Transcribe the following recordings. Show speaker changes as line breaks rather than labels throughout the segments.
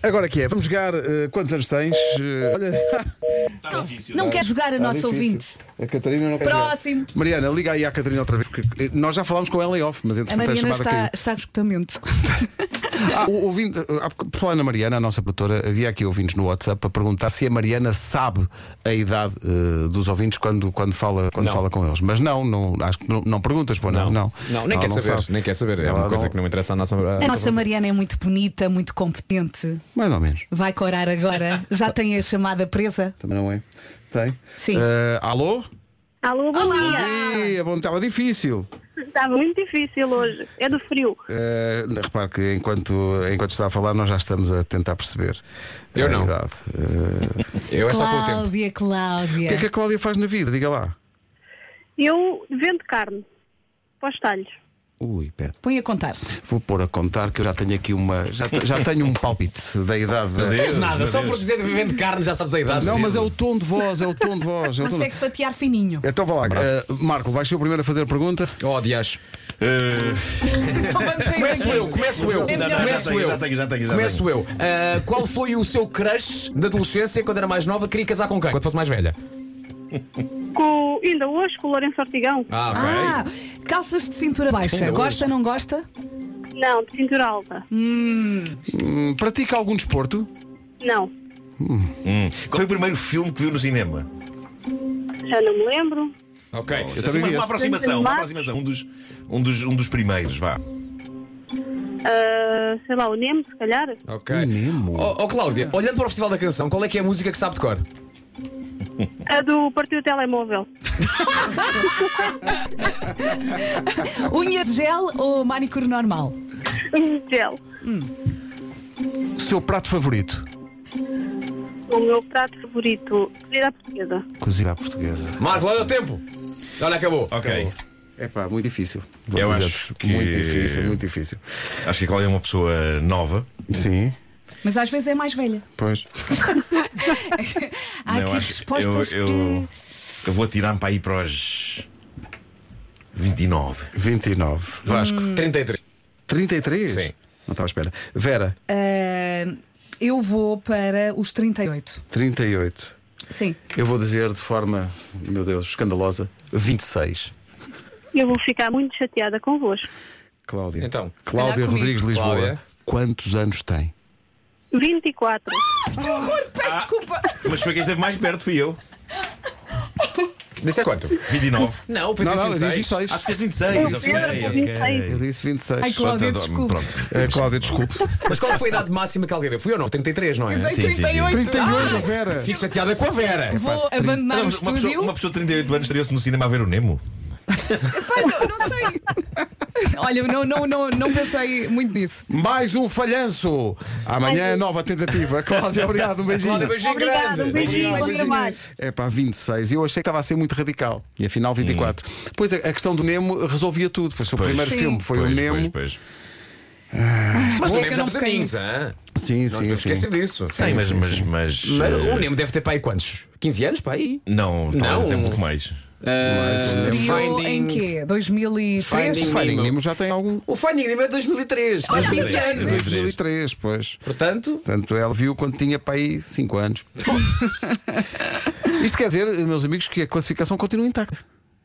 Agora que é, vamos jogar. eh, quantos anos tens? Eh, olha,
Está difícil.
Não quer jogar a nossa
difícil.
ouvinte.
a Catarina não quer jogar.
Próximo.
Mariana, liga aí à Catarina outra vez, porque eh, nós já falámos com ela em off, mas
A
entretanto a
Mariana
tá chamada caiu.
está, está de esgotamento.
Ah, o- ouvindo, eh, há pouco- por falar na Mariana, a nossa produtora, havia aqui ouvintes no WhatsApp para perguntar se a Mariana sabe a idade eh, dos ouvintes quando, quando, fala, quando
Não.
fala com eles. Mas não, não acho que não, não perguntas, pô, não. Não,
Não, nem
Ela
quer
não
saber.
sabe.
Nem quer saber. É
Ela
uma coisa
não-
que não interessa à nossa. à
A
nossa
nossa
vontade.
Mariana é muito bonita, muito competente.
Mais ou menos.
Vai corar agora. Já tem a chamada presa?
Também não é? Tem?
Sim.
Eh, alô?
Alô, bom dia.
Ih, bom, estava difícil.
Está muito difícil hoje. É do frio.
Eh, repare que enquanto, enquanto está a falar, nós já estamos a tentar perceber.
Eu
a
não.
idade. Eh,
Eu é só pelo tempo.
o
Cláudia,
que é que
Cláudia.
a Cláudia faz na vida? Diga lá.
Eu vendo carne para os talhos.
Ui, pera.
Põe a contar.
Vou pôr a contar que eu já tenho aqui uma. Já, te- já tenho um palpite da idade. da-
Não tens nada, só por dizer de vivendo carne já sabes a idade.
Não, mas é o tom de voz, é o tom de voz. É o tom de...
Consegue fatiar fininho.
Então vá lá, eh, Marco, vais ser o primeiro a fazer a pergunta.
Oh, diacho.
Eh,
Vamos sair É
Começo eu, começo eu,
Não, não, já
começo
tenho,
eu.
já tenho, já tenho, já
Começo eu. Ah, qual foi o seu crush da adolescência quando era mais nova? Queria casar com quem? Quando fosse mais velha.
Com, ainda hoje com o Lourenço Ortigão.
Ah, ok.
Ah, calças de cintura baixa.
Ainda
Gosta,
hoje.
não gosta?
Não, de cintura alta.
Hum, Pratica algum desporto?
Não.
Qual é o primeiro filme que viu no cinema?
Já não me lembro.
Ok.
Eu
também vi
uma,
esse.
uma aproximação, uma
Mas-
aproximação. Um dos, um dos, um dos primeiros, vá.
Ah, sei lá, o Nemo, se calhar.
Ok.
Nemo.
Oh, oh, Cláudia, olhando para o Festival da Canção, qual é que é a música que sabe de cor?
A do Partido Telemóvel.
Unhas de gel ou manicure normal?
Um Gel.
Seu prato favorito?
O meu prato favorito. Comida portuguesa.
Cozida à portuguesa.
Marco, olha o tempo. Olha, acabou.
Ok.
É pá, muito difícil. Vou
Eu
dizer-te.
acho que-
Muito difícil, muito difícil.
Acho que a Cláudia é uma pessoa nova.
Sim,
Mas às vezes é mais velha.
pois.
Há
Não,
aqui
acho-
respostas
eu, eu, eu vou atirar-me para ir para os 29.
29. Vasco.
33.
33?
Sim.
Não estava à espera. Vera,
que. Ah, eu vou para os 38.
38.
Sim.
Eu vou dizer de forma, meu Deus, escandalosa, 26.
Eu vou ficar muito chateada convosco.
Cláudia.
Então, se
Cláudia
calhar comigo.
Rodrigues de Lisboa.
Cláudia.
Quantos anos tem?
24.
Que horror, peço
Ah.
desculpa.
Mas foi quem esteve mais perto, fui eu.
Disse é quanto?
29.
Não, o Pedro
Não, não, eu
disse
disse
26.
26.
Ah, tu disseste 26.
Eu sei, eu sei.
Eu disse 26.
Ai, Cláudia,
Pronto,
desculpe.
pronto.
Eh, Cláudia, desculpe.
Mas qual foi a idade máxima que alguém deu? Fui eu não, 33, não é?
Dei
sim, sim, sim.
38, Vera.
Fico chateada com a Vera.
Ah, Vou abandonar o
Então, Mas Uma pessoa,
estúdio.
uma pessoa de 38 anos estreou-se no cinema a ver o Nemo.
Pá, não, não sei. Olha, não, não, não, não pensei muito nisso.
Mais um falhanço. Amanhã, nova tentativa. Cláudia, obrigado. Um beijinho.
Cláudia, beijinho
Obrigada, um
grande.
beijinho, bom trabalho.
É pá, 26. Eu achei que estava a ser muito radical. E afinal, 24.
Hum.
Pois a, a questão do Nemo resolvia tudo. Pois, o
Pois.
primeiro
Sim.
filme foi
Pois,
o Nemo.
Pois, pois.
Mas o
que
Nemo
eu
já
não
nos
peguei
amigos,
nisso.
hã?
Sim,
Não
sim,
podemos
sim.
esquecer disso.
Tem, mas. mas, mas
Mas
eh,
o Nemo deve ter para aí quantos? 15 anos para aí?
Não, talvez
Não.
até um pouco mais.
Estreou Eh, em quê? 2003?
O
um Finding-
Finding
Nemo.
Nemo já tem algum.
O Finding Nemo é de 2003.
Olha,
2003.
vinte anos.
2003, pois.
Portanto,
Portanto, ela viu quando tinha para aí 5 anos. Isto quer dizer, meus amigos, que a classificação continua intacta.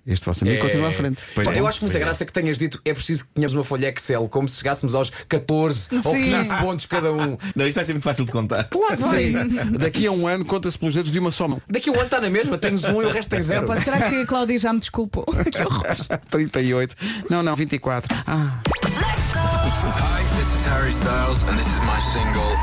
Este vosso amigo
é-
continua à frente.
Pois
Pá,
é,
eu acho muita
pois é.
graça que tenhas dito é preciso que tenhamos uma folha Excel, como se chegássemos aos 14 ou
Sim.
15 pontos cada um.
Não, isto vai ser muito fácil de contar.
Claro que vai.
Daqui a um ano conta-se pelos dedos de uma só mão.
Daqui a um ano está na mesma, tens um e o resto tem zero.
Pá, Será que a Cláudia já me desculpou? Que horror.
38. Não, não, 24. Ah.
Hi, this is Harry Styles, and this is my single